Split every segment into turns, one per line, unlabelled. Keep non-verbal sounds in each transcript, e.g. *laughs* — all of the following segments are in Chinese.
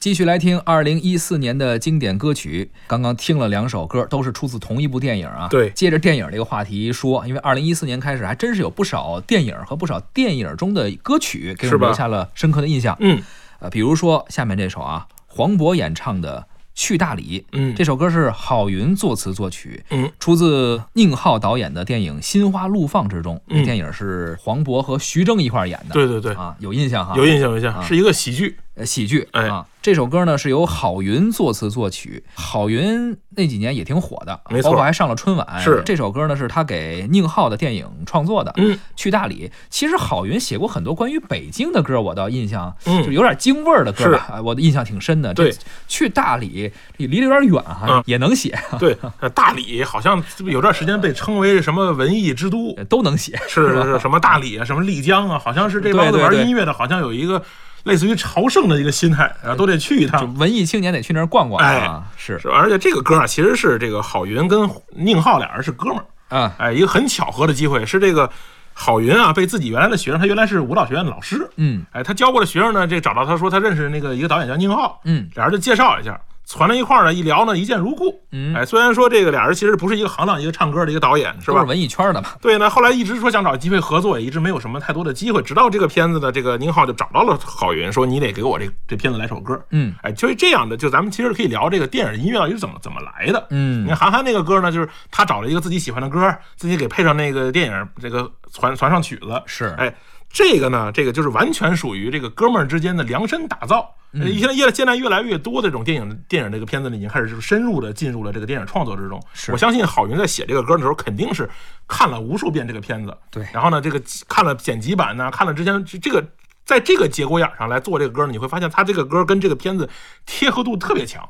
继续来听二零一四年的经典歌曲。刚刚听了两首歌，都是出自同一部电影啊。
对
借着电影这个话题说，因为二零一四年开始，还真是有不少电影和不少电影中的歌曲给我
是
们
吧
留下了深刻的印象。
嗯
呃，比如说下面这首啊，黄渤演唱的《去大理》，
嗯
这首歌是郝云作词作曲，
嗯，
出自宁浩导演的电影《心花怒放》之中。
嗯
这电影是黄渤和徐峥一块儿演的。
对对对，
啊，有印象哈，
有印象有印象，
啊
是一个喜剧。
呃喜剧。
哎
啊，这首歌呢是由郝云作词作曲，郝云那几年也挺火的，
没错
包括还上了春晚。
是
这首歌呢是他给宁浩的电影创作的。
嗯
去大理，其实郝云写过很多关于北京的歌，我倒印象就
嗯，
有点京味儿的歌吧，啊我的印象挺深的。这
对，
去大理离得有点远哈、
嗯
也能写， *laughs*
对，呃大理好像有段时间被称为什么文艺之都，
呃都能写。
是是是，什么大理啊，什么丽江啊，好像是这
对
帮子
对
玩
对
音乐的，好像有一个类似于朝圣的一个心态，然后都得去一
就
趟。
文艺青年得去那儿逛逛啊，是
啊哎是吧，而且这个歌啊，其实是这个郝云跟宁浩俩人是哥们儿，
啊，
哎，一个很巧合的机会是这个郝云啊，被自己原来的学生，他原来是舞蹈学院的老师，
嗯
哎，他教过的学生呢，这找到他说他认识那个一个导演叫宁浩，
嗯
俩人就介绍一下，攒到一块儿呢，一聊呢，一见如故。
嗯，
哎，虽然说这个俩人其实不是一个行当，一个唱歌的一个导演，是
都是
吧？
文艺圈的嘛。
对呢，后来一直说想找机会合作，也一直没有什么太多的机会。直到这个片子的这个宁浩就找到了郝云，说你得给我这这片子来首歌。
嗯
哎，就是这样的，就咱们其实可以聊这个电影音乐到底是怎么怎么来的。你
嗯
看韩寒那个歌呢，就是他找了一个自己喜欢的歌，自己给配上那个电影这个传传上曲子。
是
哎，这个呢，这个就是完全属于这个哥们儿之间的量身打造。
嗯
呃现在越现在越来越多的这种电影电影这个片子呢，已经开始就是深入的进入了这个电影创作之中。
是
我相信郝云在写这个歌的时候，肯定是看了无数遍这个片子，
对
然后呢，这个看了剪辑版呢、看了之前这这个。在这个节骨眼上来做这个歌呢，你会发现他这个歌跟这个片子贴合度特别强，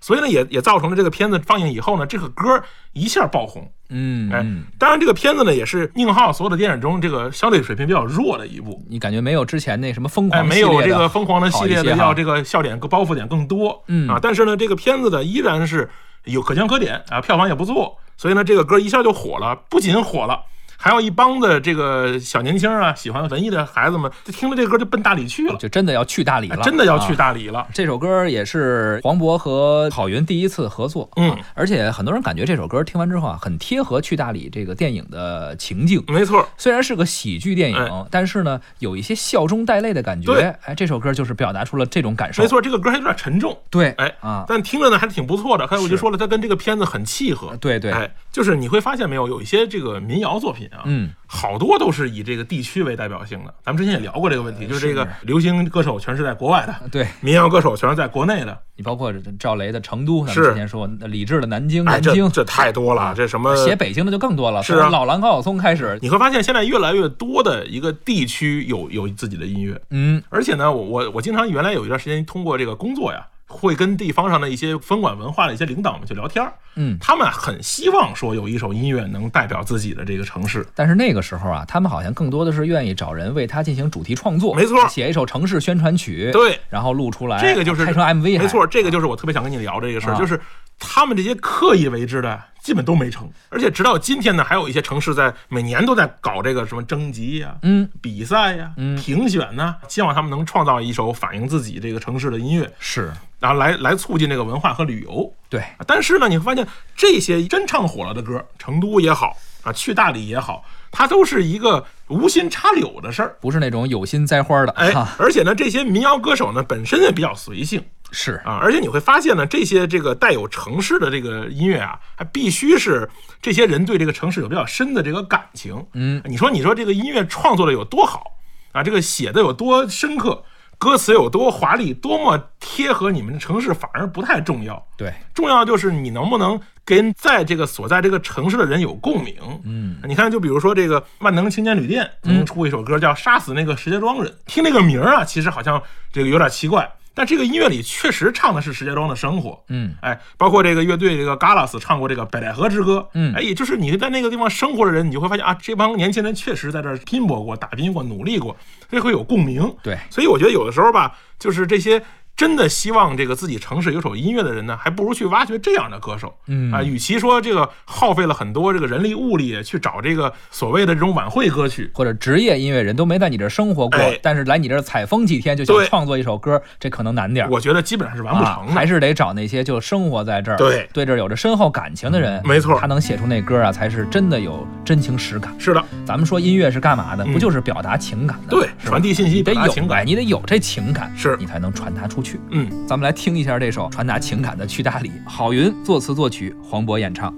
所以呢，也也造成了这个片子放映以后呢，这个歌一下爆红。
嗯
哎
嗯，，
当然这个片子呢，也是宁浩所有的电影中这个相对水平比较弱的一部。
你感觉没有之前那什么疯
哎，
狂
没
系
有
列
这
的
个疯狂的系列
好一
的
些哈
要这个笑点跟包袱点更多，
嗯
啊，但是呢，这个片子呢依然是有可圈可点啊，票房也不错，所以呢，这个歌一下就火了，不仅火了。还有一帮的这个小年轻啊，喜欢文艺的孩子们，就听了这歌就奔大理去了，
就真的要去大理
哎
了，
真的要去
啊
大理了。
这首歌也是黄渤和郝云第一次合作，啊
嗯，
而且很多人感觉这首歌听完之后啊，很贴合《去大理》这个电影的情境。
没错，
虽然是个喜剧电影
哎，
但是呢，有一些笑中带泪的感
对
觉。哎，这首歌就是表达出了这种感受。
没，错，这个歌还有点沉重，
对，
哎
啊，
但听着呢还是挺不错的。还有我就是说了，它跟这个片子很契合。
对对，
哎，就是你会发现没有，有一些这个民谣作品啊，
嗯，
好多都是以这个地区为代表性的。咱们之前也聊过这个问题，就是这个
呃是
流行歌手全是在国外的，
对
民谣歌手全是在国内的。
你包括这赵雷的《成都》，咱们
是
之前说过那李志的《南京》，
哎，
南
这
京啊
这太多了，这什么？
写北京的就更多了，
是啊
从老狼高晓松开始，
你会发现现在越来越多的一个地区有有自己的音乐，
嗯
而且呢，我我我经常原来有一段时间通过这个工作呀，会跟地方上的一些分管文化的一些领导们去聊天儿，
嗯。
他们很希望说有一首音乐能代表自己的这个城市。
但是那个时候啊，他们好像更多的是愿意找人为他进行主题创作，
没错
写一首城市宣传曲，，
对，
然后录出来，
这个就是
哎拍成 MV，还
没错，，这个就是我特别想跟你聊这个事儿，
啊
就是他们这些刻意为之的，基本都没成。而且直到今天呢，还有一些城市在每年都在搞这个什么征集呀、
嗯，
比赛呀、
嗯
评选呐，希望他们能创造一首反映自己这个城市的音乐，
是
然后来来促进这个文化和旅游。
对，
但是呢，你会发现这些真唱火了的歌，成都也好啊，去大理也好，它都是一个无心插柳的事儿。
不是那种有心栽花的，
哎
哈、，
而且呢，这些民谣歌手呢本身也比较随性，
是
啊，而且你会发现呢，这些这个带有城市的这个音乐啊，还必须是这些人对这个城市有比较深的这个感情。啊
嗯，
你说你说这个音乐创作的有多好啊，这个写的有多深刻，歌词有多华丽，多么贴合你们的城市，反而不太重要。
对，
重要就是你能不能跟在这个所在这个城市的人有共鸣。
嗯，
你看，就比如说这个万能青年旅店曾经出过一首歌叫《杀死那个石家庄人》，听那个名儿啊，其实好像这个有点奇怪，但这个音乐里确实唱的是石家庄的生活。
嗯，
哎，包括这个乐队这个 Galas 唱过这个《北戴河之歌》，
嗯
哎，也就是你在那个地方生活的人，你就会发现啊，这帮年轻人确实在这儿拼搏过、打拼过、努力过，这会有共鸣。
对，
所以我觉得有的时候吧，就是这些真的希望这个自己城市有首音乐的人呢，还不如去挖掘这样的歌手。
嗯
啊，与其说这个耗费了很多这个人力物力去找这个所谓的这种晚会歌曲，
或者职业音乐人都没在你这儿生活过
哎，
但是来你这儿采风几天就想
对
创作一首歌，这可能难点儿。
我觉得基本上是完不
啊，
成的。
还是得找那些就生活在这儿，
对
对这儿有着深厚感情的人，
没错
他能写出那歌啊，才是真的有真情实感。
是的，
咱们说音乐是干嘛的？
嗯
不就是表达情感的？
对，
是吧
传递信
你
息，
得
表达
有
情
哎
感，
你得有这情感，
是
你才能传达出去。
嗯，
咱们来听一下这首传达情感的《去大理》，郝云作词作曲，黄渤演唱。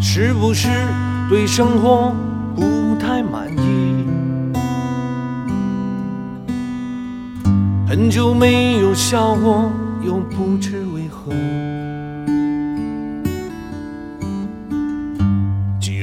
是不是对生活不太满意？很久没有笑过，又不知为何。既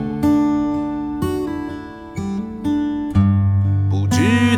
不知